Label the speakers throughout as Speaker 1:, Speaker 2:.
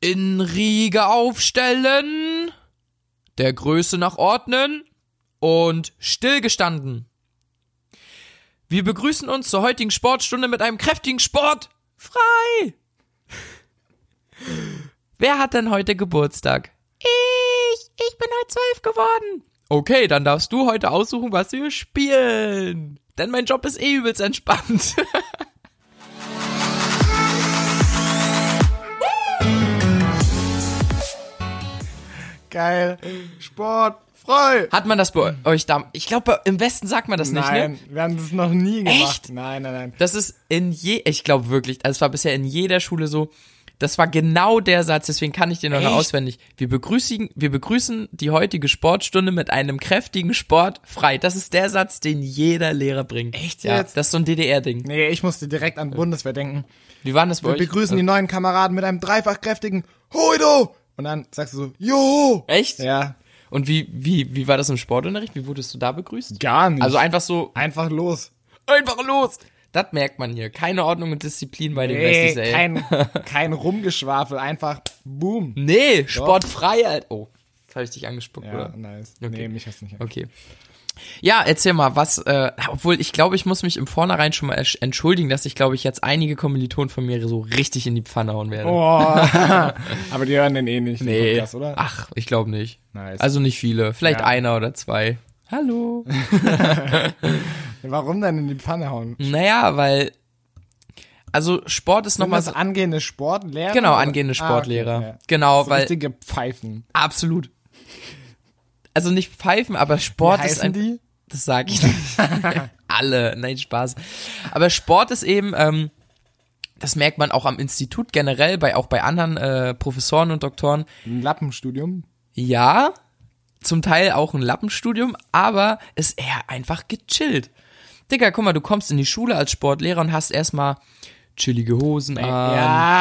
Speaker 1: in Riege aufstellen, der Größe nach ordnen und stillgestanden. Wir begrüßen uns zur heutigen Sportstunde mit einem kräftigen Sport. Frei! Wer hat denn heute Geburtstag? Ich! Ich bin heute zwölf geworden! Okay, dann darfst du heute aussuchen, was wir spielen. Denn mein Job ist eh übelst entspannt.
Speaker 2: Geil. Sport. Frei.
Speaker 1: Hat man das bei euch da? Ich glaube, im Westen sagt man das
Speaker 2: nein,
Speaker 1: nicht, ne?
Speaker 2: wir haben das noch nie gemacht.
Speaker 1: Echt?
Speaker 2: Nein, nein, nein.
Speaker 1: Das ist in je, ich glaube wirklich, also es war bisher in jeder Schule so. Das war genau der Satz, deswegen kann ich den noch
Speaker 2: Echt?
Speaker 1: auswendig. Wir begrüßen, wir begrüßen die heutige Sportstunde mit einem kräftigen Sport frei. Das ist der Satz, den jeder Lehrer bringt.
Speaker 2: Echt
Speaker 1: Ja,
Speaker 2: jetzt?
Speaker 1: das ist so ein DDR-Ding.
Speaker 2: Nee, ich musste direkt
Speaker 1: Äh.
Speaker 2: an Bundeswehr denken.
Speaker 1: Wie war das bei
Speaker 2: Wir
Speaker 1: euch?
Speaker 2: begrüßen die neuen Kameraden mit einem dreifach kräftigen Hoido. Und dann sagst du so, Joho.
Speaker 1: Echt?
Speaker 2: Ja.
Speaker 1: Und wie, wie, wie war das im Sportunterricht? Wie wurdest du da begrüßt?
Speaker 2: Gar nicht.
Speaker 1: Also einfach so,
Speaker 2: einfach los.
Speaker 1: einfach los! Das merkt man hier. Keine Ordnung und Disziplin bei den
Speaker 2: Nee,
Speaker 1: Westies, ey.
Speaker 2: kein, kein Rumgeschwafel, einfach boom.
Speaker 1: nee, sportfrei, Alter. Oh, jetzt habe ich dich angespuckt,
Speaker 2: Ja,
Speaker 1: oder?
Speaker 2: nice.
Speaker 1: Okay.
Speaker 2: Nee, mich hast du nicht.
Speaker 1: Okay. Ja, erzähl mal, was, äh, obwohl ich glaube, ich muss mich im Vornherein schon mal ersch- entschuldigen, dass ich glaube, ich jetzt einige Kommilitonen von mir so richtig in die Pfanne hauen werde.
Speaker 2: Oh, Boah. Aber die hören den eh nicht, den Podcast, oder?
Speaker 1: Ach, ich glaube nicht.
Speaker 2: Nice.
Speaker 1: Also nicht viele, vielleicht
Speaker 2: Ja.
Speaker 1: einer oder zwei. Hallo.
Speaker 2: Warum denn in die Pfanne hauen?
Speaker 1: Mhm. naja, weil, also Sport ist nochmal
Speaker 2: Nochmal das
Speaker 1: so,
Speaker 2: Um angehende Sportlehrer?
Speaker 1: genau,
Speaker 2: oder?
Speaker 1: angehende
Speaker 2: Ah,
Speaker 1: Sportlehrer.
Speaker 2: okay, ja.
Speaker 1: Genau,
Speaker 2: so
Speaker 1: weil,
Speaker 2: richtige Pfeifen.
Speaker 1: absolut. Also nicht pfeifen, aber Sport Oh, ist
Speaker 2: heißen
Speaker 1: ein,
Speaker 2: die?
Speaker 1: Das sag ich nicht. Alle. Nein, Spaß. Aber Sport ist eben, ähm, das merkt man auch am Institut generell, bei, auch bei anderen äh, Professoren und Doktoren.
Speaker 2: Ein Lappenstudium.
Speaker 1: Ja, zum Teil auch ein Lappenstudium, aber ist eher einfach gechillt. Digga, guck mal, du kommst in die Schule als Sportlehrer und hast erstmal chillige Hosen an.
Speaker 2: ja,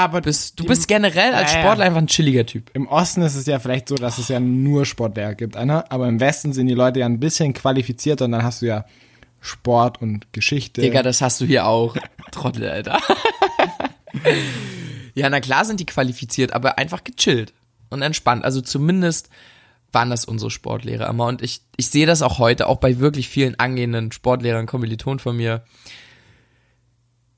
Speaker 2: aber
Speaker 1: Ähm, Bist, du
Speaker 2: die-
Speaker 1: bist generell als
Speaker 2: Ja, ja.
Speaker 1: Sportler einfach ein chilliger Typ.
Speaker 2: Im Osten ist es ja vielleicht so, dass es ja nur Sportlehrer gibt, Anna. Aber im Westen sind die Leute ja ein bisschen qualifizierter und dann hast du ja Sport und Geschichte.
Speaker 1: Digga, das hast du hier auch. Trottel, Alter. ja, na klar sind die qualifiziert, aber einfach gechillt und entspannt. Also zumindest waren das unsere Sportlehrer immer. Und ich, ich sehe das auch heute, auch bei wirklich vielen angehenden Sportlehrern, Kommilitonen von mir.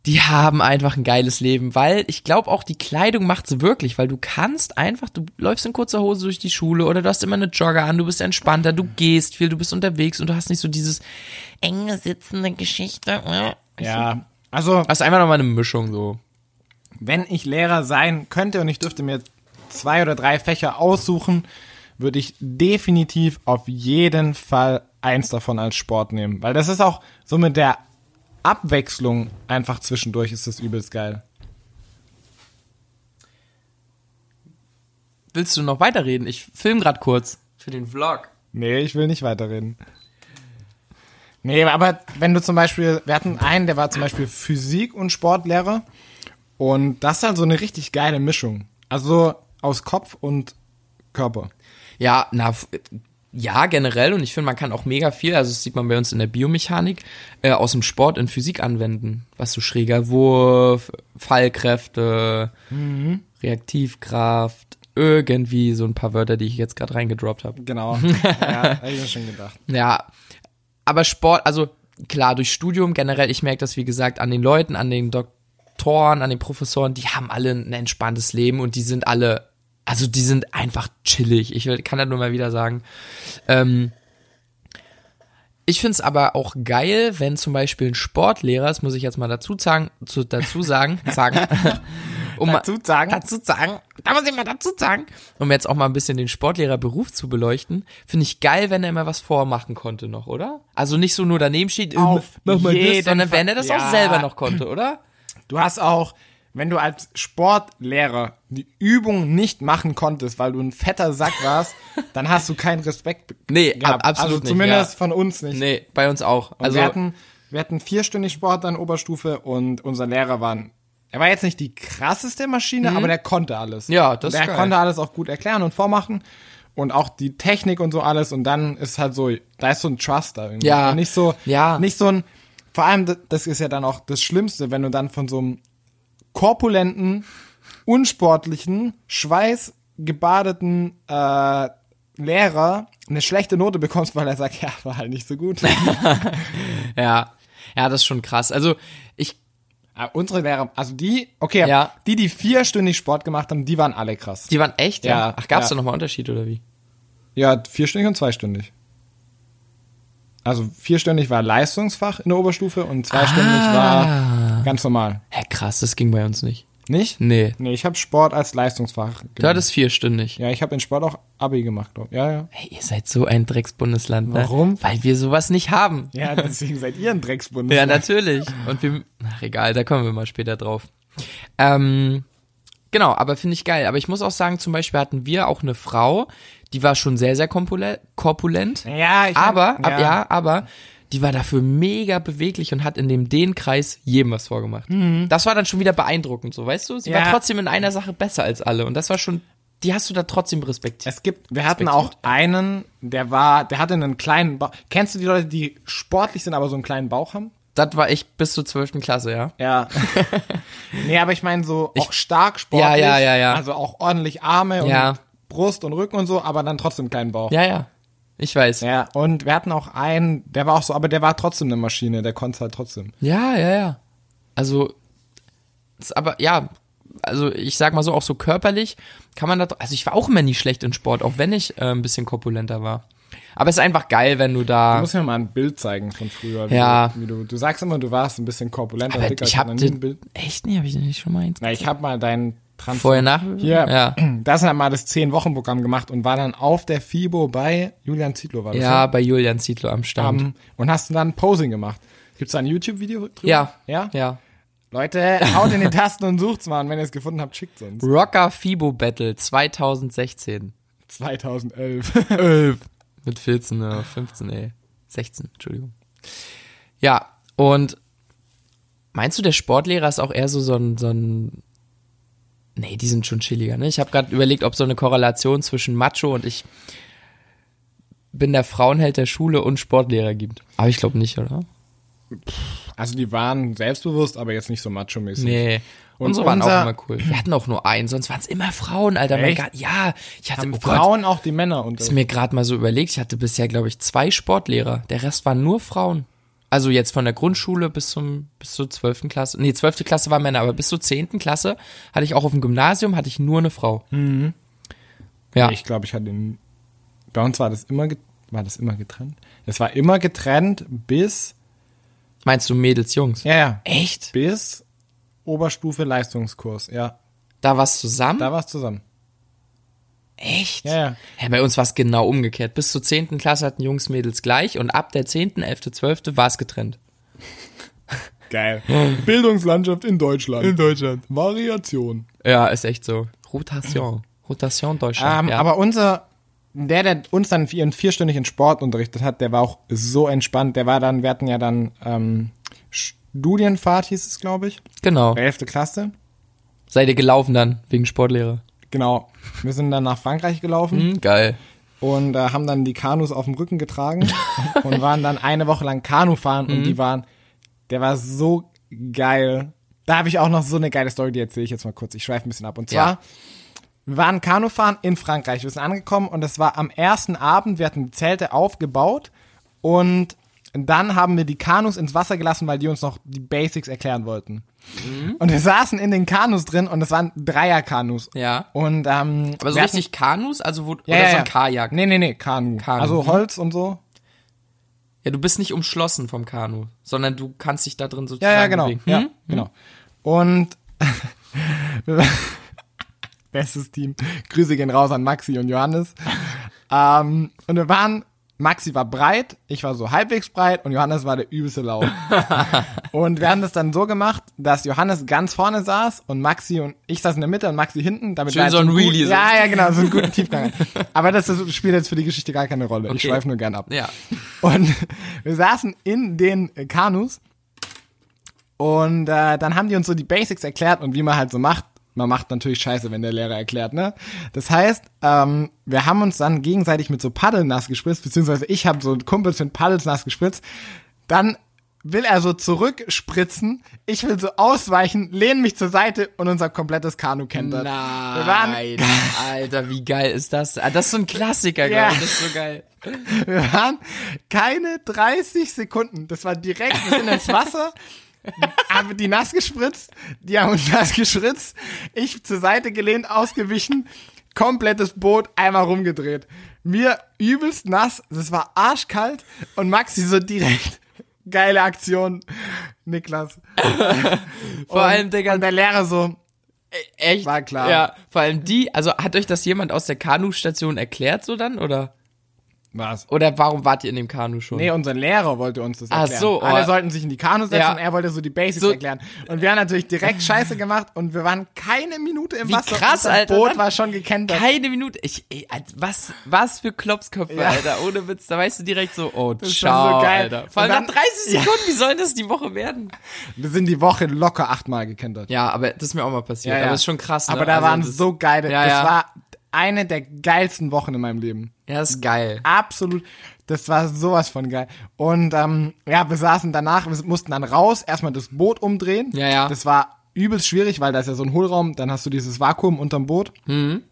Speaker 1: Die haben einfach ein geiles Leben, weil ich glaube auch die Kleidung macht's wirklich, weil du kannst einfach, du läufst in kurzer Hose durch die Schule oder du hast immer eine Jogger an, du bist entspannter, du gehst viel, du bist unterwegs und du hast nicht so dieses enge sitzende Geschichte.
Speaker 2: ja. Also,
Speaker 1: Das ist einfach nochmal eine Mischung so.
Speaker 2: wenn ich Lehrer sein könnte und ich dürfte mir zwei oder drei Fächer aussuchen, würde ich definitiv auf jeden Fall eins davon als Sport nehmen. Weil das ist auch so mit der Abwechslung einfach zwischendurch ist das übelst geil.
Speaker 1: Willst du noch weiterreden? Ich film grad kurz. Für den Vlog.
Speaker 2: Nee, ich will nicht weiterreden. Nee, aber wenn du zum Beispiel, wir hatten einen, der war zum Beispiel Physik- und Sportlehrer. Und das ist halt so eine richtig geile Mischung. Also aus Kopf und Körper.
Speaker 1: Ja, na, f- ja, generell. Und ich finde, man kann auch mega viel, also das sieht man bei uns in der Biomechanik, äh, aus dem Sport in Physik anwenden. Was so schräger Wurf, Fallkräfte, Mhm. Reaktivkraft, irgendwie so ein paar Wörter, die ich jetzt gerade reingedroppt habe.
Speaker 2: Genau. ja, hab ich mir schon gedacht.
Speaker 1: Ja, aber Sport, also klar, durch Studium generell, ich merke das, wie gesagt, an den Leuten, an den Doktoren, an den Professoren, die haben alle ein entspanntes Leben und die sind alle, also die sind einfach chillig. Ich will- kann das nur mal wieder sagen. Ähm, ich find's aber auch geil, wenn zum Beispiel ein Sportlehrer, das muss ich jetzt mal dazu sagen, zu, dazu sagen, sagen, um mal-
Speaker 2: Dazu sagen?
Speaker 1: dazu sagen, da muss ich mal dazu sagen, um jetzt auch mal ein bisschen den Sportlehrerberuf zu beleuchten, finde ich geil, wenn er immer was vormachen konnte noch, oder? Also nicht so nur daneben steht, ähm,
Speaker 2: Auf
Speaker 1: mach mal
Speaker 2: jeden
Speaker 1: das, sondern
Speaker 2: Fall.
Speaker 1: wenn er das auch
Speaker 2: Ja.
Speaker 1: selber noch konnte, oder?
Speaker 2: Du hast auch, wenn du als Sportlehrer die Übung nicht machen konntest, weil du ein fetter Sack warst, dann hast du keinen Respekt be-
Speaker 1: Nee, ab- absolut
Speaker 2: also
Speaker 1: nicht,
Speaker 2: Zumindest
Speaker 1: ja.
Speaker 2: von uns nicht.
Speaker 1: Nee, bei uns auch.
Speaker 2: Also
Speaker 1: Also
Speaker 2: wir hatten, wir hatten vierstündig Sport dann Oberstufe und unser Lehrer war ein, er war jetzt nicht die krasseste Maschine, aber der konnte alles.
Speaker 1: Mhm. Ja, das
Speaker 2: Der
Speaker 1: ist geil.
Speaker 2: konnte alles auch gut erklären und vormachen und auch die Technik und so alles und dann ist halt so, da ist so ein Trust da irgendwie.
Speaker 1: Ja.
Speaker 2: Und nicht so,
Speaker 1: Ja.
Speaker 2: nicht so ein, vor allem, das- das ist ja dann auch das Schlimmste, wenn du dann von so einem korpulenten, unsportlichen, schweißgebadeten äh, Lehrer eine schlechte Note bekommst, weil er sagt, ja, war halt nicht so gut.
Speaker 1: Ja. Ja, das ist schon krass. Also, ich,
Speaker 2: Ah, unsere Lehrer, also die, okay,
Speaker 1: Ja.
Speaker 2: die, die vierstündig Sport gemacht haben, die waren alle krass.
Speaker 1: die waren echt, ja.
Speaker 2: Ja,
Speaker 1: Ach, gab's
Speaker 2: ja.
Speaker 1: da nochmal Unterschied oder wie?
Speaker 2: Ja, vierstündig und zweistündig. Also vierstündig war Leistungsfach in der Oberstufe und zweistündig
Speaker 1: Ah.
Speaker 2: war ganz normal.
Speaker 1: Hä, krass, das ging bei uns nicht.
Speaker 2: Nicht?
Speaker 1: Nee.
Speaker 2: Nee, ich habe Sport als Leistungsfach
Speaker 1: Du
Speaker 2: gemacht.
Speaker 1: hattest vierstündig.
Speaker 2: Ja, ich habe in Sport auch Abi gemacht, glaube ich. Ja, ja.
Speaker 1: Hey, ihr seid so ein Drecksbundesland, ne?
Speaker 2: Warum?
Speaker 1: Weil wir sowas nicht haben.
Speaker 2: Ja, deswegen seid ihr ein
Speaker 1: Ja,
Speaker 2: Drecksbundesland.
Speaker 1: natürlich. Und wir. Ach, egal, da kommen wir mal später drauf. Ähm, genau, aber finde ich geil. Aber ich muss auch sagen, zum Beispiel hatten wir auch eine Frau, die war schon sehr, sehr kompule- korpulent.
Speaker 2: Ja, ich mein-
Speaker 1: aber, ab,
Speaker 2: ja.
Speaker 1: ja, aber die war dafür mega beweglich und hat in dem Den-Kreis jedem was vorgemacht. Das war dann schon wieder beeindruckend, so weißt du? Sie war
Speaker 2: Mhm. Ja.
Speaker 1: trotzdem in einer Sache besser als alle. Und das war schon. Die hast du da trotzdem respektiert.
Speaker 2: Es gibt, wir hatten auch einen, der war, der hatte einen kleinen Bauch. Kennst du die Leute, die sportlich sind, aber so einen kleinen Bauch haben?
Speaker 1: Das war ich bis zur 12. Klasse, ja.
Speaker 2: Ja. nee, aber ich meine so auch stark sportlich.
Speaker 1: Ja, ja, ja, ja.
Speaker 2: Also auch ordentlich Arme
Speaker 1: Ja.
Speaker 2: und Brust und Rücken und so, aber dann trotzdem einen kleinen Bauch.
Speaker 1: Ja, ja. Ich weiß.
Speaker 2: Ja, und wir hatten auch einen, der war auch so, aber der war trotzdem eine Maschine, der konnte halt trotzdem.
Speaker 1: Ja, ja, ja. Also, ist aber ja, also ich sag mal so, auch so körperlich kann man da. Also ich war auch immer nicht schlecht in Sport, auch wenn ich äh, ein bisschen korpulenter war. Aber es ist einfach geil, wenn du
Speaker 2: Du
Speaker 1: da.
Speaker 2: musst mir mal ein Bild zeigen von früher. Wie
Speaker 1: Ja.
Speaker 2: Du, wie du, du sagst immer, du warst ein bisschen korpulenter,
Speaker 1: Aber
Speaker 2: dicker.
Speaker 1: ich
Speaker 2: hab
Speaker 1: hab
Speaker 2: noch nie also
Speaker 1: den.
Speaker 2: ein Bild.
Speaker 1: Echt? Nee, hab ich nicht schon mal eins.
Speaker 2: Na, ich hab mal deinen Trans
Speaker 1: Vorher nach.
Speaker 2: Hier,
Speaker 1: Ja.
Speaker 2: da ist er mal das 10-Wochen-Programm gemacht und war dann auf der FIBO bei Julian Zietlow, war das
Speaker 1: Ja, bei Julian Zietlow am
Speaker 2: ne?
Speaker 1: Stand.
Speaker 2: Um, und hast du dann Posing gemacht. Gibt's da ein YouTube-Video drüber?
Speaker 1: Ja.
Speaker 2: Ja?
Speaker 1: Ja.
Speaker 2: Leute, haut in die Tasten und sucht's mal. Und wenn ihr es gefunden habt, schickt's uns.
Speaker 1: Rocker Fibo Battle 2016.
Speaker 2: 2011.
Speaker 1: 11. Mit 14, äh, 15, ey. 16, Entschuldigung. Ja, und meinst du, der Sportlehrer ist auch eher so so ein, so ein Nee, die sind schon chilliger, ne? Ich habe gerade überlegt, ob so eine Korrelation zwischen Macho und ich bin der Frauenheld der Schule und Sportlehrer gibt. Aber ich glaube nicht, oder?
Speaker 2: Also die waren selbstbewusst, aber jetzt nicht so macho-mäßig.
Speaker 1: Nee.
Speaker 2: Und
Speaker 1: Unsere waren auch
Speaker 2: unser-
Speaker 1: immer cool. Wir hatten auch nur einen, sonst waren es immer Frauen, Alter. Mein
Speaker 2: Echt?
Speaker 1: Gott, ja, ich hatte
Speaker 2: Haben
Speaker 1: oh Gott,
Speaker 2: Frauen auch die Männer unter.
Speaker 1: mir gerade mal so überlegt, ich hatte bisher, glaube ich, zwei Sportlehrer. Der Rest waren nur Frauen. Also jetzt von der Grundschule bis zum bis zur 12. Klasse. Nee, 12. Klasse waren Männer, aber bis zur 10. Klasse hatte ich auch auf dem Gymnasium hatte ich nur eine Frau.
Speaker 2: Mhm.
Speaker 1: Ja.
Speaker 2: Ich glaube, ich hatte den. Bei uns war das immer get- war das immer getrennt. Es war immer getrennt bis
Speaker 1: Meinst du Mädels, Jungs?
Speaker 2: ja ja
Speaker 1: Echt?
Speaker 2: bis Oberstufe Leistungskurs. Ja,
Speaker 1: Da war's zusammen?
Speaker 2: da war es zusammen.
Speaker 1: Echt?
Speaker 2: Ja, ja.
Speaker 1: Ja, bei uns war es genau umgekehrt. Bis zur 10. Klasse hatten Jungs, Mädels gleich und ab der 10., 11., 12. war es getrennt.
Speaker 2: Geil. Bildungslandschaft in Deutschland. In Deutschland. Variation.
Speaker 1: Ja, ist echt so. Rotation. Rotation Deutschland.
Speaker 2: Ähm,
Speaker 1: ja.
Speaker 2: Aber unser, der, der uns dann ihren vierstündigen Sport unterrichtet hat, der war auch so entspannt. Der war dann, wir hatten ja dann ähm, Studienfahrt, hieß es, glaube ich.
Speaker 1: genau.
Speaker 2: 11. Klasse.
Speaker 1: Seid ihr gelaufen dann wegen Sportlehrer?
Speaker 2: Genau. Wir sind dann nach Frankreich gelaufen
Speaker 1: Hm, geil.
Speaker 2: und äh, haben dann die Kanus auf dem Rücken getragen und waren dann eine Woche lang Kanu fahren und
Speaker 1: Mhm.
Speaker 2: die waren, der war so geil. Da habe ich auch noch so eine geile Story, die erzähle ich jetzt mal kurz. Ich schweife ein bisschen ab. Und zwar,
Speaker 1: Ja.
Speaker 2: wir waren Kanufahren in Frankreich. Wir sind angekommen und das war am ersten Abend. Wir hatten die Zelte aufgebaut und dann haben wir die Kanus ins Wasser gelassen, weil die uns noch die Basics erklären wollten.
Speaker 1: Mhm.
Speaker 2: Und wir saßen in den Kanus drin und das waren Dreierkanus.
Speaker 1: Ja.
Speaker 2: Und ähm,
Speaker 1: Aber so
Speaker 2: wir hatten-
Speaker 1: richtig Kanus, also wo,
Speaker 2: ja,
Speaker 1: oder
Speaker 2: ja,
Speaker 1: so
Speaker 2: ja.
Speaker 1: ein Kajak.
Speaker 2: Nee, nee, nee, Kanu.
Speaker 1: Kanu.
Speaker 2: Also Holz und so.
Speaker 1: Ja, du bist nicht umschlossen vom Kanu, sondern du kannst dich da drin
Speaker 2: Ja,
Speaker 1: sozusagen
Speaker 2: ja, genau.
Speaker 1: bewegen.
Speaker 2: Ja,
Speaker 1: Hm?
Speaker 2: genau. Und bestes Team. Grüße gehen raus an Maxi und Johannes. ähm, und wir waren, Maxi war breit, ich war so halbwegs breit und Johannes war der übelste Lauf. und wir haben das dann so gemacht, dass Johannes ganz vorne saß und Maxi und ich saß in der Mitte und Maxi hinten. Damit
Speaker 1: Schön
Speaker 2: wir halt
Speaker 1: so ein
Speaker 2: einen guten-
Speaker 1: Wheelie so.
Speaker 2: Ja, ja, genau, so einen guten Tiefgang. Aber das ist- spielt jetzt für die Geschichte gar keine Rolle. Ich
Speaker 1: Okay.
Speaker 2: schweife nur gern ab.
Speaker 1: Ja.
Speaker 2: Und wir saßen in den äh, Kanus und äh, dann haben die uns so die Basics erklärt und wie man halt so macht. Man macht natürlich Scheiße, wenn der Lehrer erklärt, ne? Das heißt, ähm, wir haben uns dann gegenseitig mit so Paddeln nass gespritzt, beziehungsweise ich habe so Kumpels mit Paddels nass gespritzt. Dann will er so zurückspritzen, ich will so ausweichen, lehne mich zur Seite und unser komplettes Kanu kentert. Wir waren,
Speaker 1: Nein, Alter, wie geil ist das? Ah, Das ist so ein Klassiker,
Speaker 2: Ja.
Speaker 1: glaube ich. Das ist so geil.
Speaker 2: wir waren keine 30 Sekunden, das war direkt, wir sind ins Wasser, haben die nass gespritzt, die haben uns nass gespritzt, ich zur Seite gelehnt, ausgewichen, komplettes Boot einmal rumgedreht. Mir übelst nass, das war arschkalt und Maxi so direkt, geile Aktion, Niklas.
Speaker 1: Vor allem, Digga,
Speaker 2: Und der Lehrer so,
Speaker 1: echt.
Speaker 2: war klar.
Speaker 1: Ja, vor allem die, also hat euch das jemand aus der Kanustation erklärt so dann oder
Speaker 2: was?
Speaker 1: oder warum wart ihr in dem Kanu schon?
Speaker 2: Nee, unser Lehrer wollte uns das
Speaker 1: Hm. Ach
Speaker 2: erklären.
Speaker 1: so, oh.
Speaker 2: Alle sollten sich in die Kanu setzen
Speaker 1: Ja.
Speaker 2: und er wollte so die Basics
Speaker 1: So.
Speaker 2: erklären. Und wir haben natürlich direkt Scheiße gemacht und wir waren keine Minute im
Speaker 1: Wie
Speaker 2: Wasser.
Speaker 1: krass,
Speaker 2: und das
Speaker 1: Alter,
Speaker 2: Boot
Speaker 1: dann-
Speaker 2: war schon gekentert.
Speaker 1: Keine Minute. Ich, ey, Alter, was, was für Klopsköpfe,
Speaker 2: Ja.
Speaker 1: Alter. Ohne Witz. Da weißt du direkt so, oh,
Speaker 2: ist
Speaker 1: ciao,
Speaker 2: schon so geil.
Speaker 1: Alter. Vor
Speaker 2: Und
Speaker 1: allem
Speaker 2: dann-
Speaker 1: nach 30
Speaker 2: Ja.
Speaker 1: Sekunden, wie soll das die Woche werden?
Speaker 2: Wir sind die Woche locker achtmal gekentert.
Speaker 1: Ja, aber das ist mir auch mal passiert.
Speaker 2: Ja, ja.
Speaker 1: Aber ist schon krass, ne?
Speaker 2: Aber da
Speaker 1: Also
Speaker 2: waren
Speaker 1: das-
Speaker 2: so geile.
Speaker 1: Ja,
Speaker 2: das
Speaker 1: ja.
Speaker 2: war eine der geilsten Wochen in meinem Leben.
Speaker 1: Ja, ist geil.
Speaker 2: absolut. Das war sowas von geil. Und ähm, ja, wir saßen danach, wir mussten dann raus, erstmal das Boot umdrehen.
Speaker 1: Ja, ja.
Speaker 2: Das war übelst schwierig, weil da ist ja so ein Hohlraum, dann hast du dieses Vakuum unterm Boot. Mhm.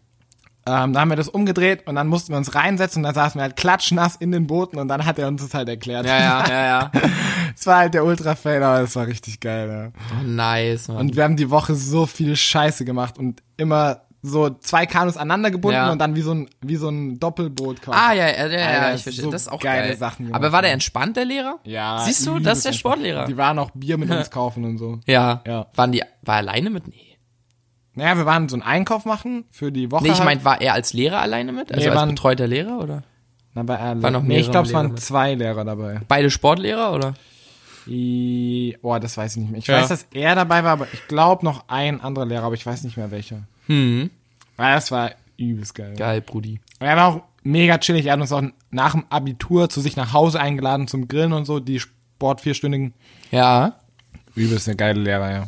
Speaker 2: Ähm, da haben wir das umgedreht und dann mussten wir uns reinsetzen und dann saßen wir halt klatschnass in den Booten und dann hat er uns das halt erklärt.
Speaker 1: Ja, ja, ja, ja.
Speaker 2: Es war halt der Ultra-Fail, aber es war richtig geil. Ja.
Speaker 1: Oh, nice, Mann.
Speaker 2: Und wir haben die Woche so viel Scheiße gemacht und immer so zwei Kanus aneinander gebunden
Speaker 1: Ja.
Speaker 2: und dann wie so ein, wie so ein Doppelboot quasi.
Speaker 1: Ah, ja, ja, ja, ja
Speaker 2: Alter,
Speaker 1: ich verstehe.
Speaker 2: so
Speaker 1: das ist auch
Speaker 2: geile
Speaker 1: geil.
Speaker 2: Sachen gemacht,
Speaker 1: aber war der
Speaker 2: ja.
Speaker 1: entspannt, der Lehrer?
Speaker 2: Ja.
Speaker 1: Siehst du, das ist der Sportlehrer.
Speaker 2: Die waren auch Bier mit uns kaufen und so.
Speaker 1: Ja.
Speaker 2: Ja.
Speaker 1: Waren die, war er alleine mit? Nee.
Speaker 2: Naja, wir waren so einen Einkauf machen für die Woche.
Speaker 1: Nee, ich
Speaker 2: halt.
Speaker 1: meine, war er als Lehrer alleine mit? Also
Speaker 2: Nee,
Speaker 1: als
Speaker 2: waren-
Speaker 1: betreuter Lehrer, oder?
Speaker 2: Na, bei alle.
Speaker 1: waren noch
Speaker 2: nee, ich
Speaker 1: mehrere
Speaker 2: glaube, es
Speaker 1: Lehrer
Speaker 2: waren
Speaker 1: mit.
Speaker 2: zwei Lehrer dabei.
Speaker 1: Beide Sportlehrer, oder?
Speaker 2: I oh, das weiß ich nicht mehr. Ich
Speaker 1: Ja.
Speaker 2: weiß, dass er dabei war, aber ich glaube noch ein anderer Lehrer, aber ich weiß nicht mehr welcher.
Speaker 1: Hm.
Speaker 2: Ja, das war übelst geil.
Speaker 1: Geil, Brudi.
Speaker 2: Und Er war auch mega chillig. Er hat uns auch nach dem Abitur zu sich nach Hause eingeladen zum Grillen und so. Die Sport vierstündigen.
Speaker 1: Ja.
Speaker 2: Übelst eine geile Lehrer, ja.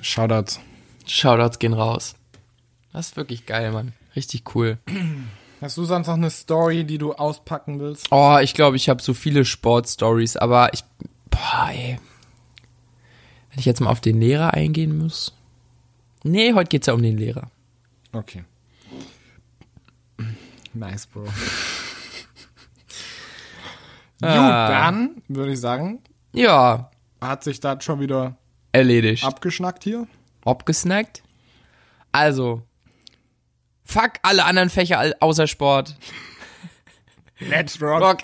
Speaker 2: Shoutouts.
Speaker 1: Shoutouts gehen raus. Das ist wirklich geil, Mann. Richtig cool.
Speaker 2: Hast du sonst noch eine Story, die du auspacken willst?
Speaker 1: Oh, ich glaube, ich habe so viele Sport-Stories, aber ich. Boah, ey. Wenn ich jetzt mal auf den Lehrer eingehen muss. Nee, heute geht's ja um den Lehrer.
Speaker 2: Okay. Nice, Bro.
Speaker 1: Ah.
Speaker 2: Gut, dann würde ich sagen,
Speaker 1: Ja,
Speaker 2: hat sich das schon wieder
Speaker 1: erledigt.
Speaker 2: abgeschnackt hier.
Speaker 1: Abgesnackt. Also. Fuck alle anderen Fächer au- außer Sport.
Speaker 2: Let's rock.
Speaker 1: Rock.